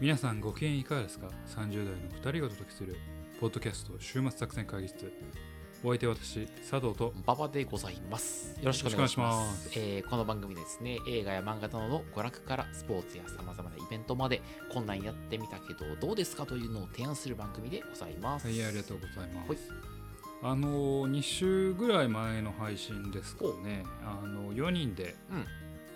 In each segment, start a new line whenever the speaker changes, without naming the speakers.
皆さんご機嫌いかがですか ?30 代の2人がお届けするポッドキャスト週末作戦会議室お相手は私佐藤と
馬場でございます。よろしくお願い
よろし
し
くお願
ま
いし
す。えーこの番組ですね、映画や漫画などの娯楽からスポーツやさまざまなイベントまで、こんなんやってみたけど、どうですかというのを提案する番組でございます。
はいありがとうございます、
はい
あの2週ぐらい前の配信ですかねあの4人で、
うん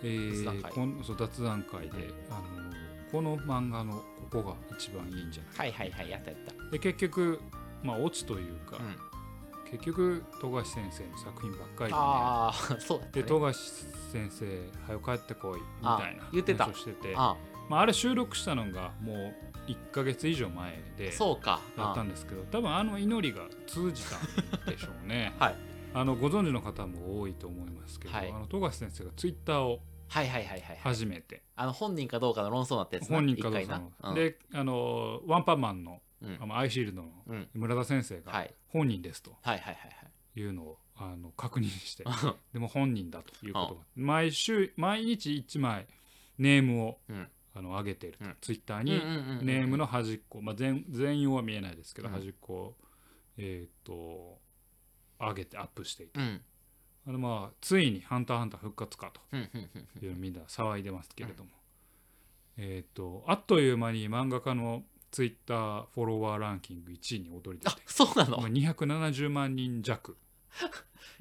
えー
雑談会
こんそう雑談会で、
うん
あのこの漫画のここが一番いいんじゃな
はいはいはい、やったやった。
いで結局まあオチというか、
うん、
結局富樫先生の作品ばっかりでね、
ああ、そうだった、
で
ね。
富樫先生「はよ帰ってこい」みたいな
あ言ってた
話をしてて
あ
まあ、あれ収録したのがもう1ヶ月以上前
あ
で
そうか。
やった
あ、
んですけど多分あの祈りが通じたんでしょうね
はい
あのご存知の方も多いと思いますけど、
はい
あの富樫先生がツイッターを
はいはいはいはい。
始めて、
あの、本人かどうかの論争になったやつな
本人かどう
一
か
回
の、
なうん、
であのワンパンマンの
うん、
あのアイシールドの
うん。
村田先生
は
が
い。
本人ですと
はいはいはい
いうのをあの確認して
はい。
でも本人だということが毎週毎日1枚ネームを
うん
あの上げていると、
うん
ツイッター
う ん
に
うんうんうん
ネームの端っこ、まあ、全全容は見えないですけど、
うん
端っこをえーっと上げてアップしていて、
うん。
あのまあついに「ハンターハンター」復活か
うんうんうんうん
というみんな騒いでますけれども、えーっとあっという間に漫画家のツイッターフォロワーランキング1位に躍り出
あ
て、
そうな
ま
の
あ、270万人弱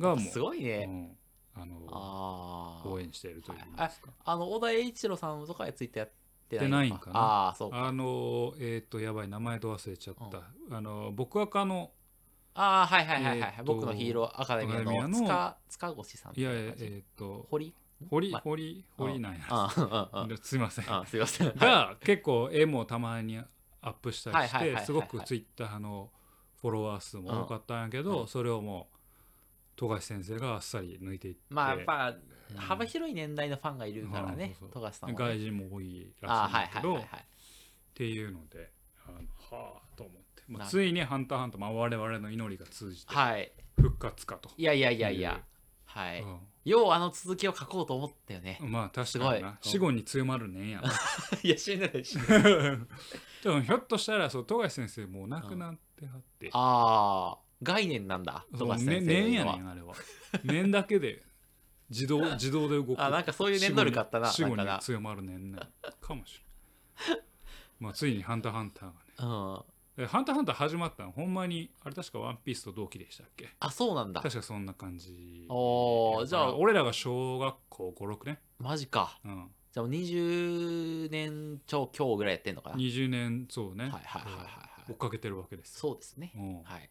がもう
すごいね。
うんあの
ああ。
応援しているといいますか。
あの、小田栄一郎さんとかについてやってない
やってないんかな
ああ、そうか。
あのえーっとやばい名前と忘れちゃった、あの僕赤の
ああ、はいはいはいは
えー
い
っ。と
僕のヒーローアカデミア
アカデミア
の
の
塚塚越さん。
いやいやえーっと
堀
堀
ま
堀堀なんや
ああ、 うんうんうん
すいません
あすいません。はい
が結構絵もたまにアップしたりし
はいはいは
て
いはいはい
すごくツイッターのフォロワー数も多かったんやけ
う
ど
ん
それをもう富樫先生があっさり抜いていって
まあ、やっぱ、
うん
幅広い年代のファンがいるからね
うんそう、そ
富樫さんは
外
ね。
人も多い
あ
ら
あ、
しいん
はい
だ
は
け
い
ど
はいは
っ
い。
ていうのであのはあと思ってま
な
あ
る
ついに「ハンターハンター」まあ我々の祈りが通じて
はい。
復活かと
いやいやいやい
うん
や。はい。
う
ようあの続きを書こうと思ったよね。
んまあ確かにな
すごい
死後に強まるねんや ない
や、死んでない死んでない
でもひょっとしたらそう富樫先生もう亡くなってはって、
ああ、概念なんだ。
そ
富
う
樫
ね
先生の
年
今
や
は
ねんあれは年だけで自 動自動で動く
あなんかそういう年能力あったな。
死後に
な
死
ん
後
かな
に強まるねんねかもしれんまあついに「ハンターハンター」がね
うん、
で「ハンターハンター」始まったのほんまにあれ確か「ワンピースと同期でしたっけ
あそうなんだ
確かそんな感じ
おーじゃあ
俺らが小学校56年、
マジか
うん、
じゃあもう20年超今日ぐらいやってんのかなはい
20年そうね、
はいはいはいは
追
い
っかけてるわけですよ
そうですね
うん
はい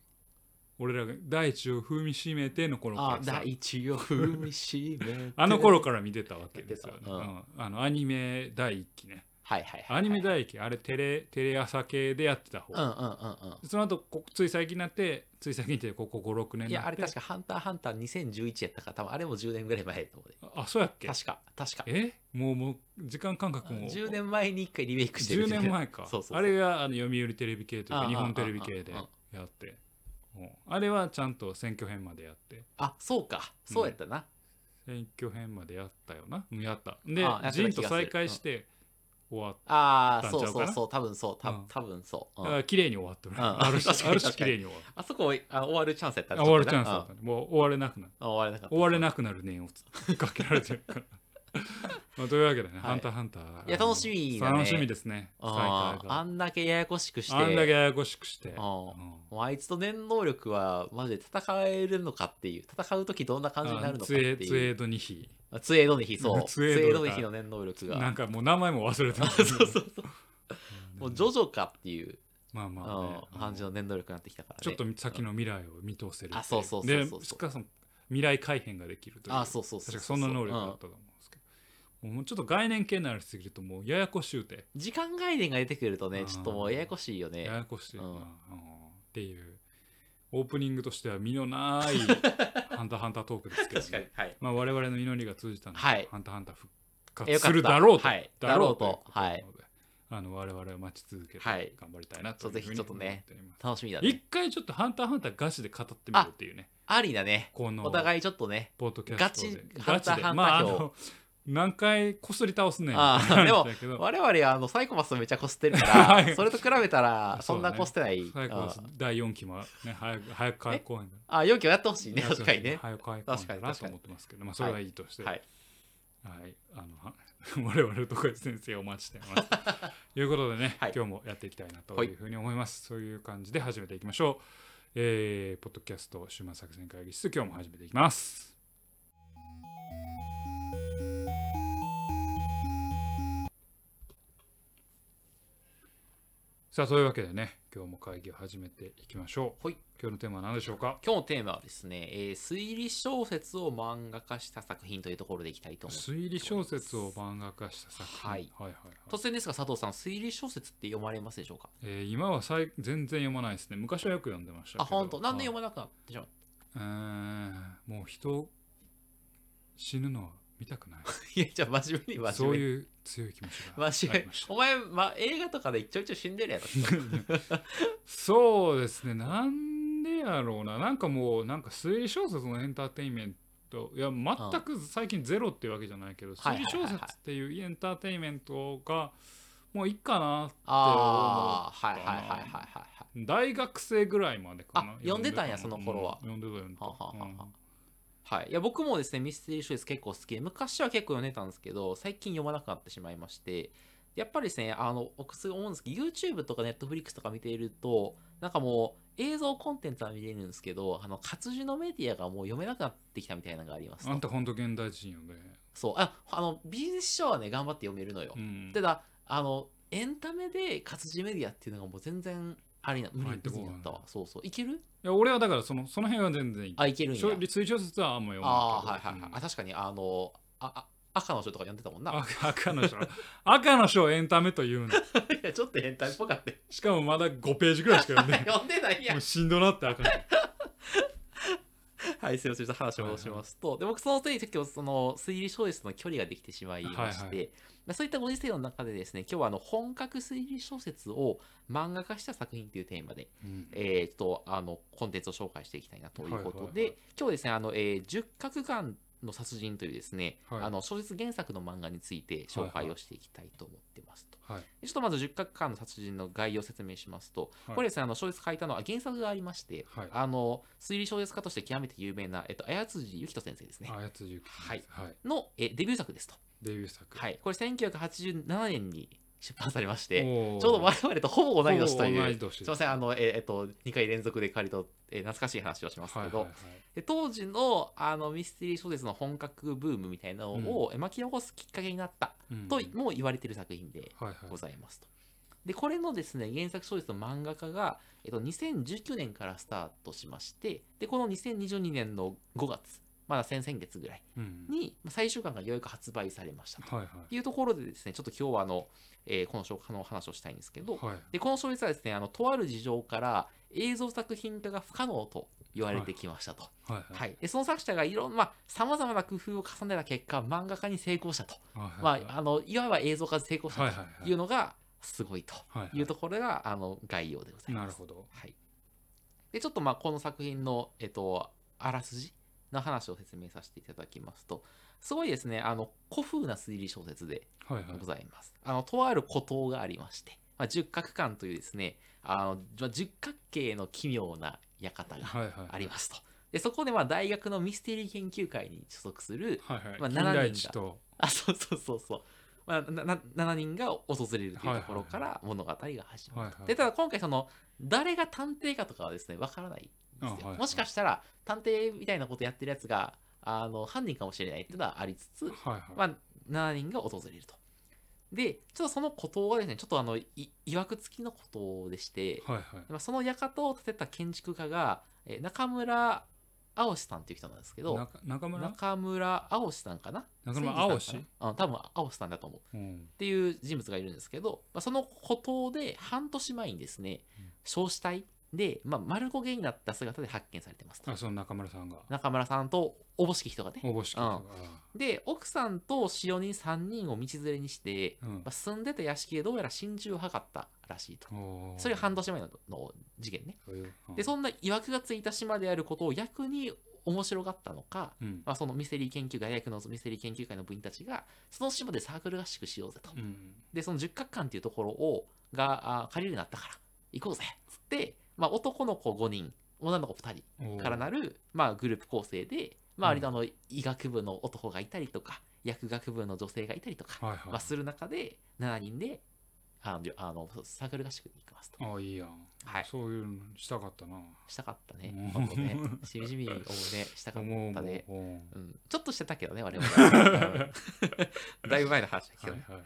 俺らが第一を踏みしめての頃か
あ
らさ
第一を踏みしめて
あの頃から見てたわけですよね。
見てたうん
うんあのアニメ第一期ね。
はいはいはい
アニメ第一期、あれテレテレ朝系でやってた方。
うんうんうん
その後こつい最近になって、つい最近ってここ5、6
う
年
ん
に
い
なって
やあれ確か「ハンターハンター」2011やったから多分あれも10年ぐらい前と思うで
あ、そうやっけ
確か確か
えもうもう時間感覚も
10年前に一回リメイクしてる
10年前か。
そうそうそう
あれがあの読売テレビ系という
あ
か
あ
日本テレビ系で
あああ
やって。うんあれはちゃんと選挙編までやって。
あそうかそうやったな、
選挙編までやったよな。うんやった。で
ああや、って
ジ
た
ン
気
と
がする
再会して終わっ
あ
や
あ
ったん
そ
ち
う
ゃうか
そ
な
うそう多分そうた
うん
多分そう、
だ
うん
から綺麗に終わってる。
うん
ある種
確かに
ある種
確か
綺
に
麗に終わる。
あそこあ終わるチャンスやった
あ終わるチャンスだ
だ
ったね。もう終われなくなる。
終われなかった
終われなくなるねをかけられてる から。まあ、というわけでね、
い
ハンターハンター。
いや楽しみだね
楽しみですね。再
あ
開
ー
が。
あ
あん
んだけややこしくして
だけややこしくして。
あー
うん
もうあいつと念能力はマジで戦えるのかっていう戦う時どんな感じになるのかっ
ツ
て
エ
い
ツ
う
エドニヒ。
あツエードネヒ そう
ツ
ツ
エ
エ
ードネヒ
ードネヒの念能力が
なんかもう名前も忘れた。
そうそうそうもうジョ
ジ
ジョかっていう、
まあ
う
ま
ん
あね、
感じの念能力になってきたからね
ちょっと先の未来を見通せるってい。
あそうそうそうそう
でしかも未来改変ができるという。
あそうそうそう
確かそんな能力だったと思うんですけど。もうちょっと概念系になりすぎるともうややこしゅうて。
うん時間概念が出てくると
う
ね
ん
ちょっともうややこしいよね
ややこしいな、
うん
うんっていうオープニングとしては身のない ハンターハンタートークですけどね、
確かにはい
まあ、我々の祈りが通じたので、
はい
ハンターハンター復
よ
活
かった
するだろうと、
はい
だろうと
だろうと
いうことなのであの我々は待ち続けて
はい
頑張りたいなと
そう
いう
ぜ
ふう
ひ
に
ちょっと
思っています、
ね楽しみだね
一回ちょっとハンターハンターガチで語ってみるっていうね
ありだね
この
お互いちょっとね
ポッドキャストで
ガチハンターハンター
まああ
票
の何回こすり倒すねん
あー
みたいな話
でも
だけど
我々あのサイコパスをめっちゃこすってるか
は
ら
い
それと比べたらそ
そ
ん
うだ
な
ね
こすってない、
最後は第4期も、ね、早く早く開講演
ああ容器をやってほしいね
早く
確かにね
早く開講演だなと思ってますけど、まあ、それはいいとして、
はい
はい、あの 我々とか先生をお待ちしています。ということでね、
はい
今日もやっていきたいなというふうに思います。そういう感じで始めていきましょう。えーポッドキャスト週末作戦会議室、今日も始めていきます。さあ、そういうわけでね、今日も会議を始めていきましょう。
はい
今日のテーマは何でしょうか
今日のテーマはですね、えー推理小説を漫画化した作品というところでいきたいと思います
推理小説を漫画化した作品。
はい
はいはいはい
突然ですが佐藤さん推理小説って読まれますでしょうか
えー今はさい全然読まないですね。昔はよく読んでましたけど。
あ本当なんで読
ま
まなくなってしまう
えーもう人死ぬのは見たく ない。
いやじゃあ真面目に真面目に
そういう強い気持ちがあ
真面目
りました。
お前、ま、映画とかでちょいちょい死んでる やろ
そうですね。なんでやろうな。なんかもう、なんか推理小説のエンターテインメント、いや、全く最近ゼロっていうわけじゃないけど、
はい
推
はい
理
はいは
小
い
説っていうエンターテインメントが、もういいかな
ああはい
って
はい
思うかな
はいはいはいはい
大学生ぐらいまでかな
あ読んでたんやその頃は
うん読んでた読んでた
はあはあはあ
うん
はあはい、いや僕もですねミステリー小説結構好きで昔は結構読んでたんですけど最近読まなくなってしまいましてやっぱりですねあの僕すごい思うんですけど YouTube とか Netflix とか見ているとなんかもう映像コンテンツは見れるんですけどあの活字のメディアがもう読めなくなってきたみたいなのがありますと
あんたほんと現代人よね。
そうああのビジネス書はね頑張って読めるのよ、
うん。
ただあのエンタメで活字メディアっていうのがもう全然ありな無理
入って
無
こ
理
ない
になったわそうそういける
いや俺はだからそのその辺は全然いい。
あいけるんや
小水小説はあんま読
あ
まな
あはいい
けど。
はいはい、あ確かにあのああ赤の書とか読んでたもんな
うん赤赤の章。赤の章をエンタメというの。
いやちょっと変態っぽか ったよ
しかもまだ5ページぐらいしか読んでない。
読んでないや
も
ん
うしんどなって赤の章。
はいすいませんちょっと話を戻しますと、で僕そのせいで今日その推理小説の距離ができてしまいまして、
はいは
まあそういったご時世の中でですね今日はあの本格推理小説を漫画化した作品というテーマで
うん
えー、とあのコンテンツを紹介していきたいなということ
は
で、
いはいはい
今日ですねあの、えー、十角眼の殺人というですね、
はい
あの小説原作の漫画について紹介をしていきたいと思ってますと、
はい。
でちょっとまず十角眼の殺人の概要を説明しますと、
はい
これですねあの小説書いたのは原作がありまして、
はい
あの推理小説家として極めて有名な、えっと綾辻幸人先生ですね
あやつじゅき。
はい
はい。
の、えデビュー作ですと、
デビュー作。
はい、これ1987年に出版されまして
おー
ちょうど我々とほぼ同い年とい
ほ
う
ぼ同い年です
すいません、あの、えーえっと、2回連続で仮と、えー懐かしい話をしますけど、
はいはいはい
で当時のあのミステリー小説の本格ブームみたいなのを、えー巻き起こすきっかけになった
うん
と
はい
も言われてる作品で
はい。
ございますと。で、これのですね、原作小説の漫画化が、えっと、2019年からスタートしまして、で、この2022年の5月、まだ先々月ぐらい
うん
に、まあ最終巻がようやく発売されましたと
はいはい。
いうところでですね、ちょっと今日はあの、えーこの紹介のお話をしたいんですけど、
はい。
でこの小説はですねあのとある事情から映像作品化が不可能と言われてきましたと、は
はいいはい。
でその作者がいろんなさまざ、まな工夫を重ねた結果漫画化に成功したと、
はい
ま
はい
あ、あのいわば映像化で成功し
はい
た
はい
と
はい
いうのがすごいと
はいはい
いうところがあの概要でございま
な
す。
るほど。
はい、でちょっとまあこの作品の、えっと、あらすじの話を説明させていただきますとすごいですねあの古風な推理小説で
はいはい
ご。ざいます。あのとある孤島がありまして、まあ、十角館というですねあのまあ十角形の奇妙な館が
はいはい。
ありますと。でそこでまあ大学のミステリー研究会に所属する
はいはい。
まあ
金田
7人
一
が
と。
あそうそうそうそう、まあ、なな7人が訪れるというところか
はい
ら物語が始まる
は
と。
いはい
でただ今回その誰が探偵かとかはですねわからないん
あ
ですよ、
はいはい
もしかしたら探偵みたいなことやってるやつがあの犯人かもしれないっていうのはありつつ、
はいはい。
まあ、7人が訪れると。で、ちょっとその孤島はですね、ちょっとあの、いいわくつきの孤島でして、
はいはい。
まあその館を建てた建築家が、えー中村青志さんっていう人なんですけど、
中中村
中村青志さんかな
中村青志
正義さんかなうん、多分青志さんだと思う。っ
うん。
ていう人物がいるんですけど、まあ、その孤島で半年前にですね
うん、
焼死体で、まあ、丸焦げになった姿で発見されてますと
あ、その中村さんが。
中村さんとおぼしき人がね。
応募式とか。
で、奥さんと使用人3人を道連れにして、
うん
まあ、住んでた屋敷でどうやら心中を図ったらしいと。
おー
それが半年前のの事件ね。
そういううん
で、そんな曰くがついた島であることを逆に面白がったのか、
うん
まあ、そのミステリー研究会大学のミステリー研究会の部員たちがその島でサークル合宿しようぜと、
うん
でその十角館っていうところをがあ借りるようになったから行こうぜっつって、まあ、男の子5人女の子2人
おー
からなる、まあ、グループ構成で、まあ、
うん
割とあの医学部の男がいたりとか薬学部の女性がいたりとか、
はい
ま
は
あ、する中で7人であのあのサークル合宿に行きますと。
いあいいやん
はい、
そういうのしたかったな
したかったね
うん。
本当ね。しみじみ思うね。したか っ
思う
た
思う
ね。
思う
うん、ちょっとしてたけ どね、我々。うんだいぶ前の話だけ
はい
ど
はい
ね。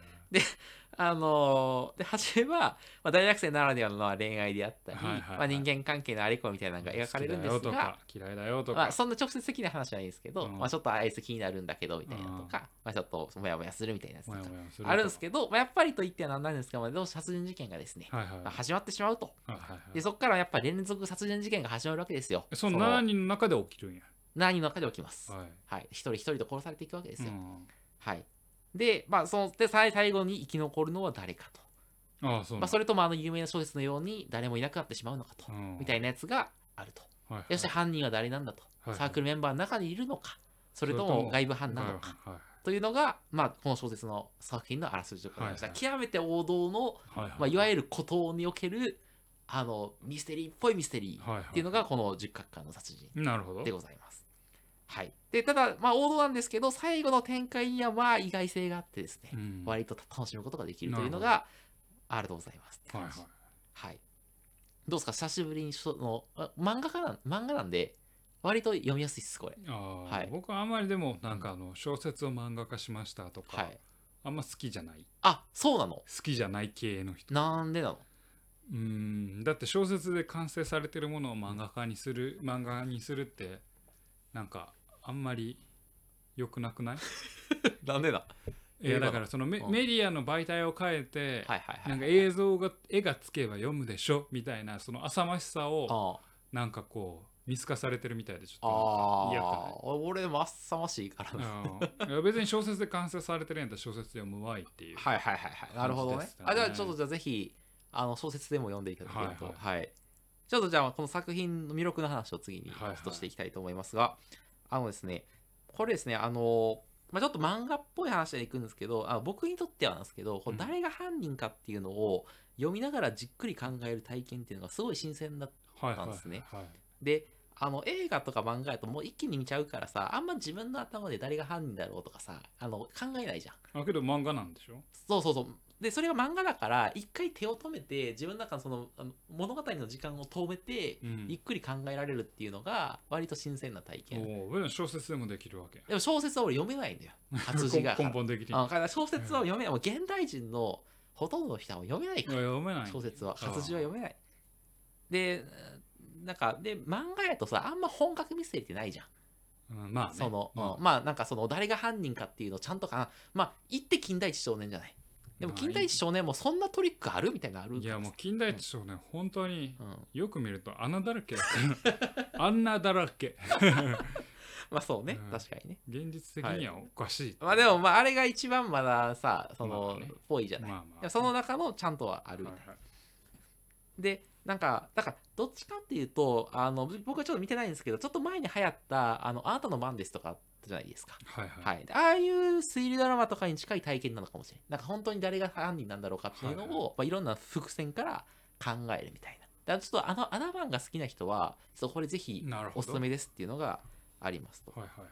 あのーで、初めは、まあ、大学生ならではの恋愛であったり、
はいはいはい
まあ、人間関係のあれこみたいなのが描かれるんで
好
す
きだよと
が
か、嫌いだよと
ま
か
あ、そんな直接的な話はないんですけど、
うん
まあ、ちょっとあいつ気になるんだけどみたいな
うん
とか、まあ、ちょっともやもやするみたいなやつと
も
か
やもやするとか
あるんですけど、まあ、やっぱりと言ってはなんなんですけど、まあ、どうも殺人事件がですね、
はいはい
まあ始まってしまうと。
はいはいはい
で、そこからやっぱ連続殺人事件が始まるわけですよ。
その7人の中で起きるんや
何人の中で起きます。
はい
はい、一人一人と殺されていくわけです
う
よ。
ん
はい、で,、まあ、そので最最後に生き残るのは誰かと、
ああそう
まあ、それともあの有名な小説のように誰もいなくなってしまうのかと、みた
い
いなやつがあると。
なはい
そして犯人は誰なんだと、
はいはい
サークルメンバーの中にいるのか、それと
それと
も
も
外部犯なのか。
はい
というのが、まあ、この小説の作品のあらすじとなりました、
はい
極めて王道の、
はいはい
まあ、いわ
ゆ
ゆる孤島におけるあのミステリーっぽいミステリーっ
るって
いうのがこの十角館の殺人
なるほど
でございます。はい、でただ、まあ、王道なんですけど最後の展開にはまあ意外性があってですね、
うんはい
割と楽しむことができるという
な
のがあるでございます。
はい
はいどうですか久しぶりにそのあ漫画かな漫画なんで割と読みやすいですこれ。
あ
は
あ
い
僕はあんまりでもなんかあの小説を漫画化しましたと
は
か
い、
あんま好きじゃない
あそうなの
好きじゃない系の人
なんでなの
うんだって小説で完成されてるものを漫画化にする漫画にするってなんかあんまり良くなくない
なんでだ
いやだからそのメ
うん
メディアの媒体を変えて、
はいはいはい。
なんか映像が絵がつけば読むでしょみたいなその浅ましさを
あ
なんかこう見透かされてるみたいでちょっ
あ
となんか
ああ俺でもあっさましいから
嫌
な。
かないや別に小説で完成されてるんやったら小説で読むわいっていう
はいはいはいはい。なるほど
感
ね
じです。かね
あじゃあちょっとじゃあぜひあの小説でも読んでいただけると。
は
はいい、ちょっとじゃあこの作品の魅力の話を次にち
はい
ょ
はい
っとしていきたいと思いますが、あのですねこれですねあのまあ、ちょっと漫画っぽい話でいくんですけどあの僕にとってはなんですけどこ
うん
う誰が犯人かっていうのを読みながらじっくり考える体験っていうのがすごい新鮮だ
はいはい
なんですね
はい
であの映画とか漫画やともう一気に見ちゃうからさあんま自分の頭で誰が犯人だろうとかさあの考えないじゃん。
あけど漫画なんでしょ
そうそうそう。で、それが漫画だから、一回手を止めて、自分の中のそのあの物語の時間を止めて、
うん
ゆっくり考えられるっていうのが、割と新鮮な体験。
おー小説でもできるわけ
でも小説は俺読めないんだよ。活 字が。
根本的に
あだから小説は読めない。もう現代人のほとんどの人は読めない
い
か
や
ら、
読めない
小説は。活字は読めない。で、なんか、で、漫画やとさ、あんま本格ミステリーってないじゃん。
うんまあ、ね、
その、
うん
うんまあなんかその誰が犯人かっていうのをちゃんとかなまあ言って近代一少年じゃないでも
まあ
近代一少年もそんなトリックあるみたいなのある
いやもう近代一少年、本当に
うん、
よく見ると穴だらけだから穴だらけ
まあそうね、
うん
確かにね
現実的にはおかしい、
まあでもまああれが一番まださそ
ま
の
あね
ぽいじゃない、
まあまあ
でもその中のちゃんとはあるみたいな、でなんかだからどっちかっていうとあの僕はちょっと見てないんですけどちょっと前に流行った「あのあなたの番です」とかあったじゃないですか
はいはい、
はい、ああいう推理ドラマとかに近い体験なのかもしれないなんか本当に誰が犯人なんだろうかっていうの
は
を、
いはい
まあ、いろんな伏線から考えるみたいなだからちょっとあの穴番が好きな人はちょっとこれぜひ
なるほど
おすすめですっていうのがありますと
はいはいは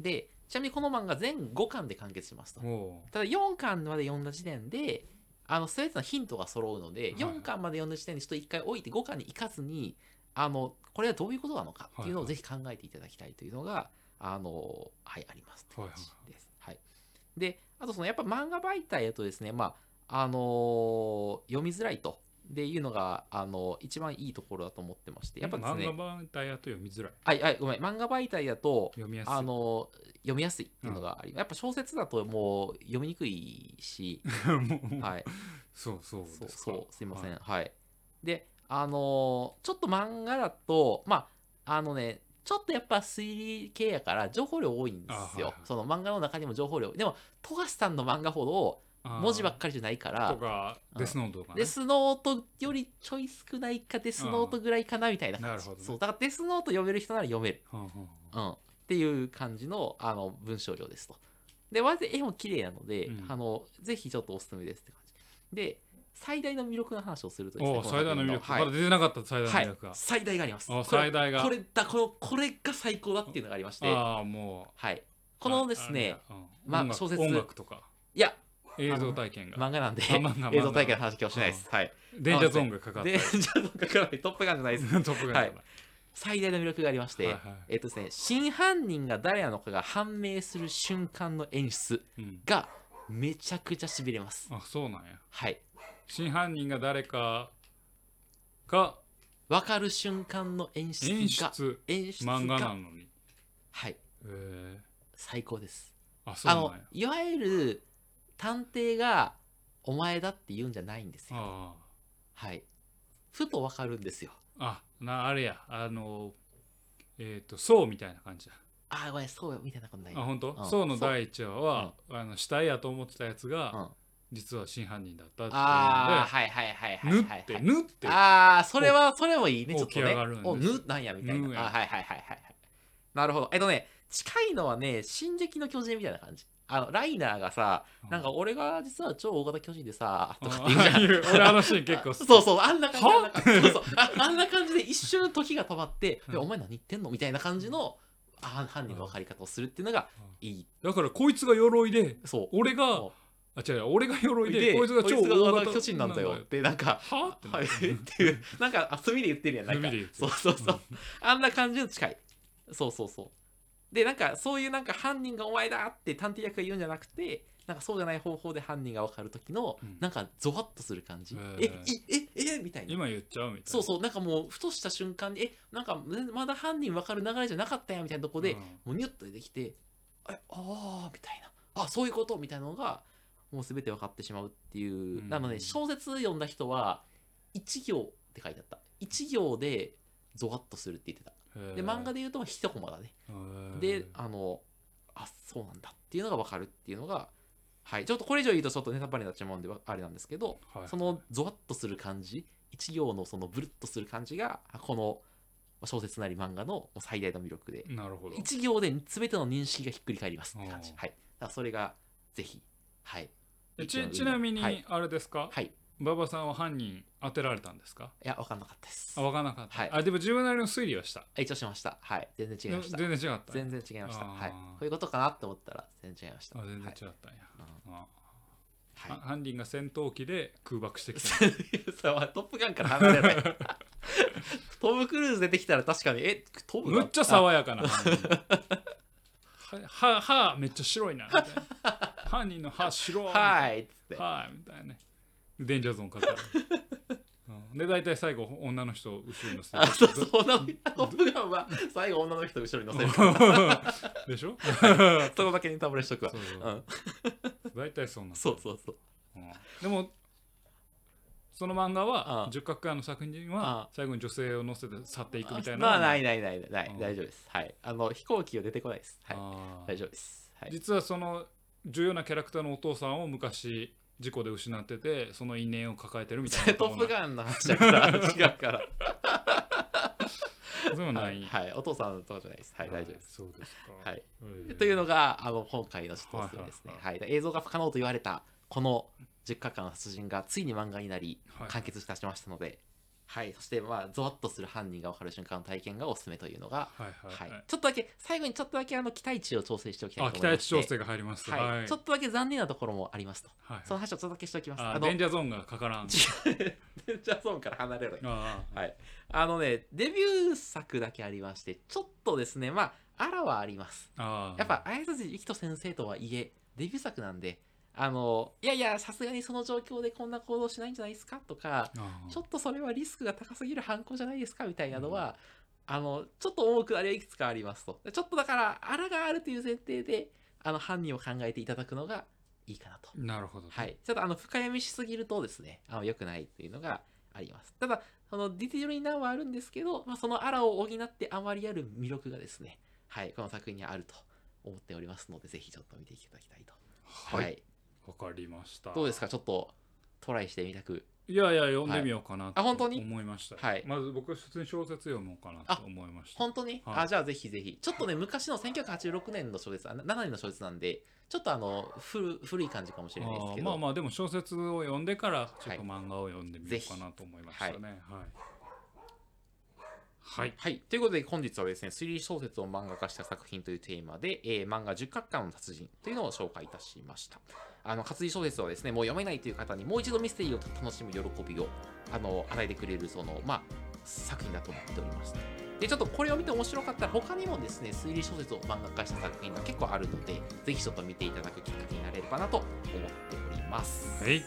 でちなみにこの漫画全5巻で完結しますと
いお
ただ4巻まで読んだ時点であの全てのヒントが揃うので
はい
4巻まで読んだ時点でちょっと1回置いて5巻に行かずにあのこれはどういうことなのかっていうのをぜひ考えていただきたいというのがあのはいありますという感じです。はい、であとそのやっぱ漫画媒体だとですねまああの読みづらいと。でいうのがあの一番いいところだと思ってまして
ー
やっぱです
漫
ね
画版ダイヤと読みづらい
はいはいごめん漫画媒体だと
読みやすい
あの読みやすいっていうのがあり、やっぱ小説だともう読みにくいし、
もう、
はい、
そう そう
そう
ですか
そうすいません、
は
はい、で、あのーちょっと漫画だと、まあ、あのね、ちょっとやっぱ推理系やから情報量多いんですよ。
あはいはい
その漫画の中にも情報量。でも、富樫さんの漫画ほど、
あー
文字ばっかりじゃないから
とかデスノートとかね
デスノートよりちょい少ないかデスノートぐらいかなみたいな感
なる
じ
ほどね
そうだからデスノート読める人なら読める、
はんはんはん
うん、っていう感じのあの文章量ですとでまず絵も綺麗なので、
うん
あのぜひちょっとおすすめですって感じで最大の魅力の話をするとですね
おお
こ
最大の魅力、
作品
ま
の
だ出てなかった最大の魅
はい、はい
力が、、
最大があります
あ
これ
最大が
これだこのこれが最高だっていうのがありまして
ああもう
はいこのですね
ああれだうん
まあ
音楽
小説
音楽とか
いや
映像体験が
漫画なんで
あ漫画
映像体験の話は今日しないです、はい
電車ゾーンがかかって
で、じゃあ、かからない、トップガンじゃないです。
トップガンだか
最大の魅力がありまして、
はいはい
えっとですね、真犯人が誰なのかが判明する瞬間の演出
ら、うん、
がめちゃくちゃ痺れます。
あそうなんや
はい。
真犯人が誰かが
わかる瞬間の演出が、
演出
演出が
漫画なのにへ
はい、
え
最高です。
あそう
あ
なん
の
や、
いわゆる探偵がお前だって言うんじゃないんですよ。
あ
はい。ふとわかるんですよ。
ああなあれやあのえっ、とそうみたいな感じだ
ああ、ごめん、そうよ、みたいなことない。
あ本当
うん
そうの第1話は、あの死体やと思ってたやつが、
うん
実は真犯人だったって
ああ、
い
はいはいはいはいは
う
い
の
はい。
でぬってぬって
ああ、それは、それもいいね、ちょっ
起
と
き
ね
上がるん。です
お、ぬ、なんや、みたい
ぬ
な。
や
あはいはいはいはいはい。なるほど。えっとね、近いのはね、進撃の巨人みたいな感じ。あの、ライナーがさ、なんか俺が実は超大型巨人でさ、とかって言うじ
ああいう
ゃ ん。
俺あのシーン結構好き
そうそう、あんな感じ
は
あんな感じそうそうああんな感じで一瞬時が止まって、
うん
えお前何言ってんのみたいな感じの、あ犯人の分かり方をするっていうのがいい。
だからこいつが鎧で
そう。
俺が
そう
あ違う違う俺が鎧で
で、
こ
こ
い
い
つ
つ
が
が
超
超
大
大
型
型巨人なんだよって、なんか、
はってな
はい、
る
っていう、なんか、あ炭で言ってるやん、なん
海
か
で。言って
そうそうそう。あんな感じの近い。そうそうそう。で、なんか、そういうなんか犯人がお前だって探偵役が言うんじゃなくて、なんかそうじゃない方法で犯人が分かる時の、
うん
なんかゾワッとする感じ。
へ
え、
ー
いえ、え、え、みたいな。
今言っちゃうみたいな
そうそう、なんかもう、ふとした瞬間に、え、なんか、ねまだ犯人分かる流れじゃなかったやんみたいなとこで、
うん
もうニュッと出てきて、え、ああ、みたいな。あ、そういうことみたいなのが、もう全て分かってしまうっていう。
うん
なので、小説読んだ人は、1行って書いてあった。1行で、ゾワッとするって言ってた。
う
で、漫画で言うと、一コマだね。で、あの、あ、そうなんだっていうのが分かるっていうのが、はい。ちょっとこれ以上言うと、ちょっとネタバレになっちゃうもんで、あれなんですけど、そのゾワッとする感じ一行のそのブルッとする感じがこの小説なり漫画の最大の魅力で
なるほど
一行で全ての認識がひっくり返りますって感じ
おー
はいだからそれがぜひはい
えちちなみに
はい、
あれですか
はい、い
馬場さんは犯人当てられたんですか
や分かんなかったです
あ分からなかった、
はい
あでも自分なりの推理はした
一応しましたはい全然違いました
全然違った
全然違いました
あー
はいこういうことかなって思ったら全然違いました
あ全然違
は
っ
い
たんや、あ
はい
は犯人が戦闘機で空爆してきた
そうそうトップガンから離れない トム・クルーズ出てきたら確かにえトム
むっちゃ爽やかな犯人 は歯歯めっちゃ白いなみたいな 犯人の歯白いみたいな
はいっつって
はいみたいなねデンジャーゾーンか かる、うん、で大体最後女の人を後ろに乗せて
あ、そうそう、女の人、トップガンは最後女の人後ろに乗せるから、
でしょ
そこだけにタブレしとくわ。
そう
う
そ
ん、
う大体そんな
そうそうそう。
うんでもその漫画
う
は
ん
十角館の作品は
うん
最後に女性を乗せて去っていくみたいな
まあ、ないないないないない、
うん
大丈夫です。はい。あの、飛行機は出てこないです。はい。
あー
大丈夫です。はい。
実はその重要なキャラクターのお父さんを昔事故で失っててその因縁を抱えてるみたいな
トップガンの話だから、違うから。
そういうのは
は
ない
い、はい。お父さんとかじゃないです。はい、大丈夫です。
そうですか
はい。
えー
というのが、あの、今回のちょっとおすすめですね。
はい
はい。映像が不可能と言われた、この10日間の殺人がついに漫画になり、
はい
完結いたしましたので、はい。そして、まあ、ゾワッとする犯人が分かる瞬間の体験がおすすめというのが、
はいは
はいい
はい、
ちょっとだけ最後にちょっとだけあの期待値を調整しておきたい
あ期
と思いま
待
し
値
て
調整が入ります
はい
はい
ちょっとだけ残念なところもありますと、
はい
その話をちょっとだけしておきます
あ
あの
デンジャーゾーンがかからん。
デンジャーゾーンから離れろよ
ああ
はいあのねデビュー作だけありましてちょっとですねまああらはあります
ああ
やっぱ綾瀬ゆきと先生とはいえデビュー作なんであのいやいやさすがにその状況でこんな行動しないんじゃないですかとか
ああ
ちょっとそれはリスクが高すぎる犯行じゃないですかみたいなのは、あのちょっと重くあれはいくつかありますとちょっとだからあらがあるという前提であの犯人を考えていただくのがいいかなと、
なるほど。
はいちょっとあの深読みしすぎるとですねあの良くないというのがありますただそのディテールに難はあるんですけど、まあ、そのあらを補ってあまりある魅力がですねはいこの作品にはあると思っておりますのでぜひちょっと見ていただきたいと
はい。わかりました
どうですかちょっとトライしてみたく
いやいや読んでみようかなと
あ本当に
思いました、
はい
まず僕普通に小説読もうかなと思いました
本当に、
はい
あじゃあぜひぜひちょっとね昔の1986年の小説あな7年の小説なんでちょっとあの古古い感じかもしれないです
あ
け
ー
ど
まあまあでも小説を読んでからちょっと
はい
漫画を読んでみようかなと思いましたねはい、はい、
はい。ということで、本日はですね、推理小説を漫画化した作品というテーマで、えー漫画10角巻の達人というのを紹介いたしました。あの、活字小説をですね、もう読めないという方に、もう一度ミステリーを楽しむ喜びを、あの、与えてくれる、その、まあ、作品だと思っております。で、ちょっとこれを見て面白かったら、他にもですね、推理小説を漫画化した作品が結構あるので、ぜひちょっと見ていただくきっかけになれればなと思っております。
はい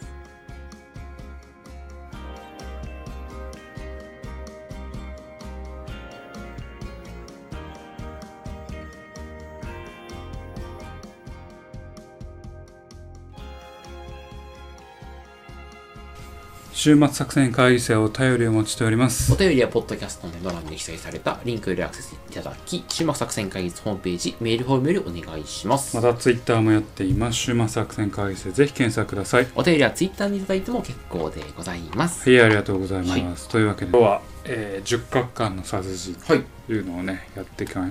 週末作戦会議室へお便りをお持ちしております
お便りはポッドキャストのドラムに記載されたリンクよりアクセスいただき、週末作戦会議室ホームページ、メールフォームよりお願いします
ま。たツイッターもやっています週末作戦会議室へぜひ検索ください
お便りはツイッターにいただいても結構でございます。
はい、ありがとうございます。というわけで今日は、えー、10角間の殺人
はい
というのをねやってきま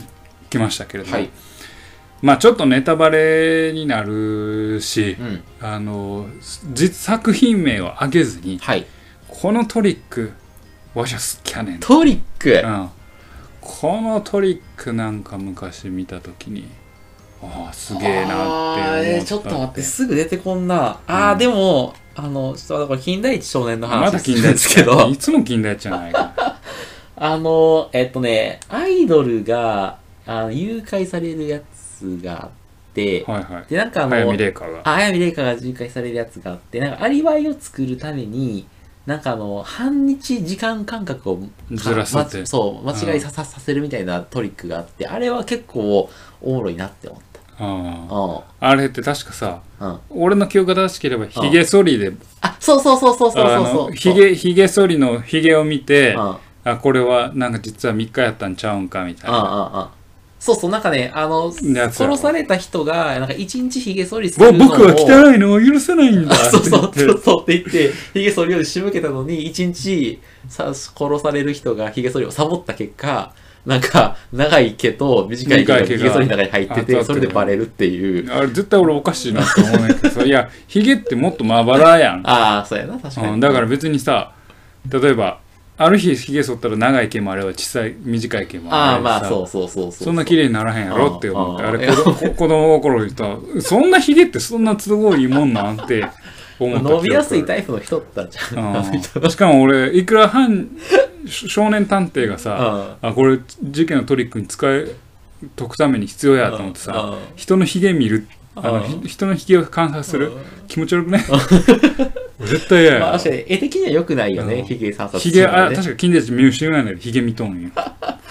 きましたけれども、
はい
まあちょっとネタバレになるし
う、ん。
あの実作品名を挙げずに
はい。
このトリックワシャスキャネン、
トリック
うん、このトリックなんか昔見た時にああすげえな
あ
っ
ー
て思った
えーちょっと待って、すぐ出てこんな。あー、
うん
でも、あの、ちょっとだから金田一少年の
ま
話
だ
す
近
るん
代
ですけど
い、つも近代じゃないか
あの、えっとね、アイドルが、あの、誘拐されるやつがあって、
はいはい
で、なんかあの、
早見玲香が
あ綾見玲香が誘拐されるやつがあってなんかアリバイを作るためになんかあの半日時間間隔を
ずらすって
まそう間違いさささせるみたいなトリックがあってあれは結構おもろいなって思っ
ああ
た
あれって確かさ
うんうん
俺の記憶が正しければひげ剃りで
あそうそうそうそうそう
あ
そうそ
の
う
ひげひげ剃りのひげを見て
うんうんうん
あこれはなんか実は3日やったんちゃうんかみたいな
うんそうそうなんかねあの
やつやろ
殺された人がなんか一日ひげ剃りす
ぼ
るのを
僕は汚いのを許せないんだ
あ
って
そう
言
そう
って
そうそうって言って、ヒゲ剃りを仕向けたのに、一日さ殺される人がヒゲ剃りをサボった結果、なんか、長い毛と短い毛が
短い毛
ヒ
が
ゲ剃りの中に入って
あそうだった
て、
ね
それでバレるっていう。
あれ絶対俺おかしいなって思うねんけどさいやひげってもっとまばらやん、
ああ、そうやな、確か
う
に。
ん、だから別にさ例えばある日ひげ剃ったら長い毛もあれば小さい短い毛も
あ
あ
あ、
れ
まあ、
ば
そうそうそうそう。
そんな綺麗にならへんやろって思って
うん
あれ
うん
子供子供心に言ったらそんなひげってそんな都合いいもんなんって思った記憶
伸びやすいタイプの人だったんじゃん。
うんしかも俺いくら犯少年探偵がさ
あ
あこれ事件のトリックに使え解くために必要やと思ってさ人のひげ見るあの
うん
ひ人のひげを観察する気持ち悪 くない絶対
まあ、
嫌
確か
や
に絵的には良くないよ
う
ね
ん、
ヒゲ散髪
ひげあ
ね
確か金田一見失うやないでひげ見とんよ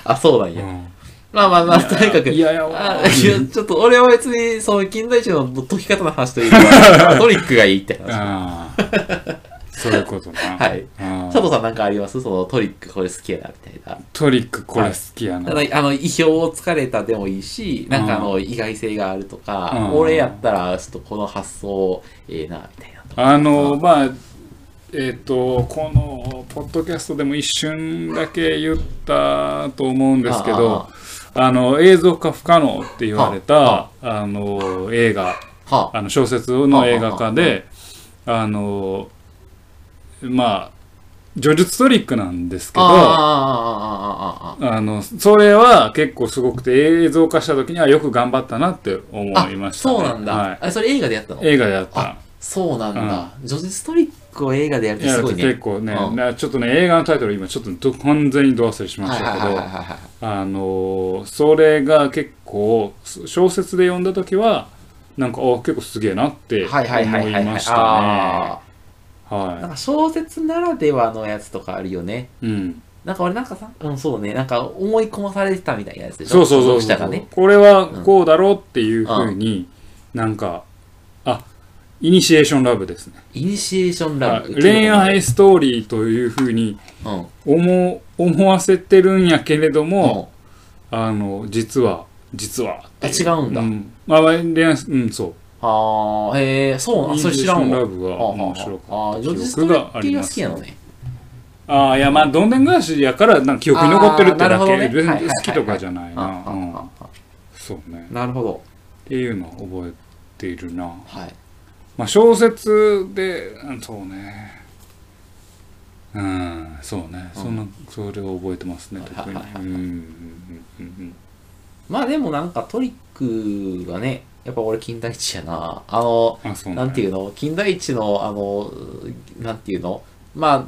あ、そうなん
う
や。
ん
まあまあまあ、とにかく。
いやいや
あいやちょっと俺は別にその近代一の解き方の話というかトリックがいいって話
あーそういうことな
はい
あー
佐藤さんなんかありますそのトリックこれ好きやなみたいな
トリックこれ好きやな
なんかあの意表をつかれたでもいいしなんかあの意外性があるとか、
うん
俺やったらちょっとこの発想ええなみたいな
あのまあえっ、とこのポッドキャストでも一瞬だけ言ったと思うんですけどあの映像化不可能って言われた
は
あの映画
はあ
あの小説の映画化であのまあ叙述トリックなんですけ
あ
ど
あ
あ
ああああああ
のそれは結構すごくて映像化した時にはよく頑張ったなって思
あ
いました、ね、
そうなんだ、
はい、
あそれ映画でやったの
映画でやった
あそうなんだ叙述、トリックを映画でやるっ
い
て
や
すごいね
結構ね、
うん
なちょっとね映画のタイトル今ちょっとど完全にど忘れしま
は
し
いはい
た
は
けど
いはいはい
あのーそれが結構す小説で読んだ時はなんかあ結構すげえなって思
はいはいはいはいいは
ま
い
したね
あーなん
は
か小説ならではのやつとかあるよね
い、うん、
なんか俺なんかさうんそうねなんか思い込まされてたみたいなやつでし
そ
ょ
うそうそうそ
読者
う、
がね
これはこうだろうっていうふうに、なんかあイニシエーションラブですね
イニシエーション
あ
ラブ
恋愛ストーリーというふうに
うん
思う思わせてるんやけれど
うん
も、あの実は実は
あ違うんだ、
うん、まあ、恋愛、うん、そう。
ああ、へえ、そうなん、それ知らんわ。
インディーズラブが面白
あ
か
あ、
っ
ジョージ
た
ス
記憶が
トレ
あ
ッキ
り
ーが
ま
好
す
き。なのね。
ああ、いや、まあ、どんでん返しやから、なんか記憶に残ってるって
あーなる
だ
ほどね
け、別
はいはい
に
はい
好きとかじゃないな。
あ
うん
ああ
そうね。
あなるほど。
っていうのを覚えているな。
はい。
まあ、小説で、うんそうね。うん、そうね。そんな、それを覚えてますね、特に。
はいは
う
い
ん、うんうん、
まあでもなんかトリックがね、やっぱ俺金田一やな。あの、
うん。あ、そうね。
なんていうの金田一の、あの、なんていうのまあ、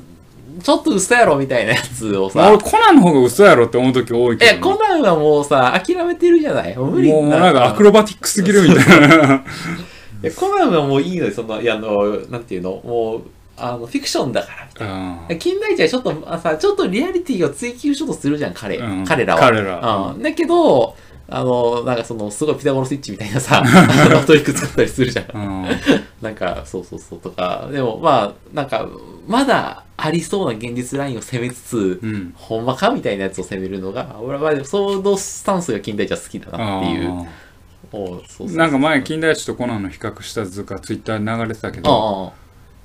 ちょっと嘘やろみたいなやつを
まあ
さ
俺、、コナンの方が嘘やろって思う時多いけど
え、
な。
コナンはもうさ、諦めてるじゃないもう無理
もうなんかアク
ロ
ロバティックすぎるみたいな。
コナンはもういいのよ、その、いや、あの、なんていうのもう、あの、フィクションだからみたいな。
うん
金田一はちょっと、あさ、ちょっとリアリティを追求しようとするじゃん、彼、
うん
彼らは。
彼ら
うん。だけど、あの、なんかその、すごいピタゴラスイッチみたいな さ、あのトリック使ったりするじゃん。
うん。
なんか、そうそうそうとか、でもまあ、なんか、まだありそうな現実ラインを攻めつつ、
うん。
ほんまかみたいなやつを攻めるのが、俺は、そのスタンスが金田一は好きだなっていう。おうそうそうそう
なんか前、金田一とコナンの比較した図がツイッターに流れてたけ
あ
ど、
あ、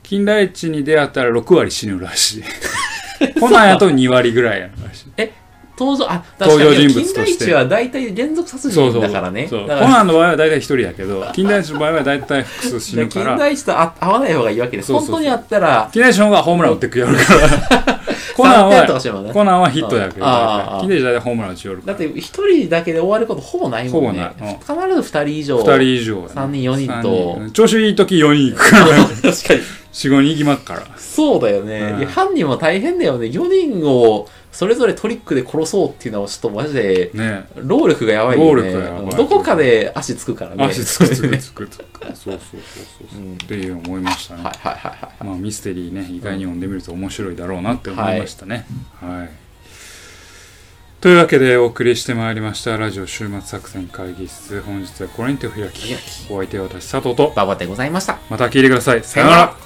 金田一に出会ったら6割死ぬらし い。コナンやと2割ぐらいやらしい。
登場、あ、確か
登場
に、
人物
金
として
田一は大体連続殺
そうそ
人
う。
だからね。
そうコ
だから
ナンの場合は大体1人やけど、金田一の場合は大体複数死ぬか
近
ら、
代一とあ合わない方がいいわけです。
そうそうそう
本当にあったら、
金田一の方がホームラン打ってくやるから。 コナン
3点とかしても
は、
ね
コナンはヒットやけど、
ああああ
金田一は大体ホームラン打ちよるか
だ
ら。
って一人だけで終わることほぼないもんね。
ほぼないうん
必ず二人以上。
2人以上やね。
三人四人と
三人調子いい時4人行くから、
確かに。
4、5人行きまっから。
そうだよね。
うん
いや犯人も大変だよね。4人をそれぞれトリックで殺そうっていうのはちょっとマジで、
ね
労力がやばいよね。
労力がやばい
どこかで足つくからね。
足つくつ
は
く
い
つくつく。 そうそうそうそうそう。
うん
っていう思いましたね。
はいはいはい。
まあミステリーね、意外に読んでみると面白いだろうなって思いましたね。はい。というわけでお送りしてまいりましたラジオ週末作戦会議室本日はこれにてお開き
開
お相手は私佐藤と
ババでございました。
また聞いてくださいさよなら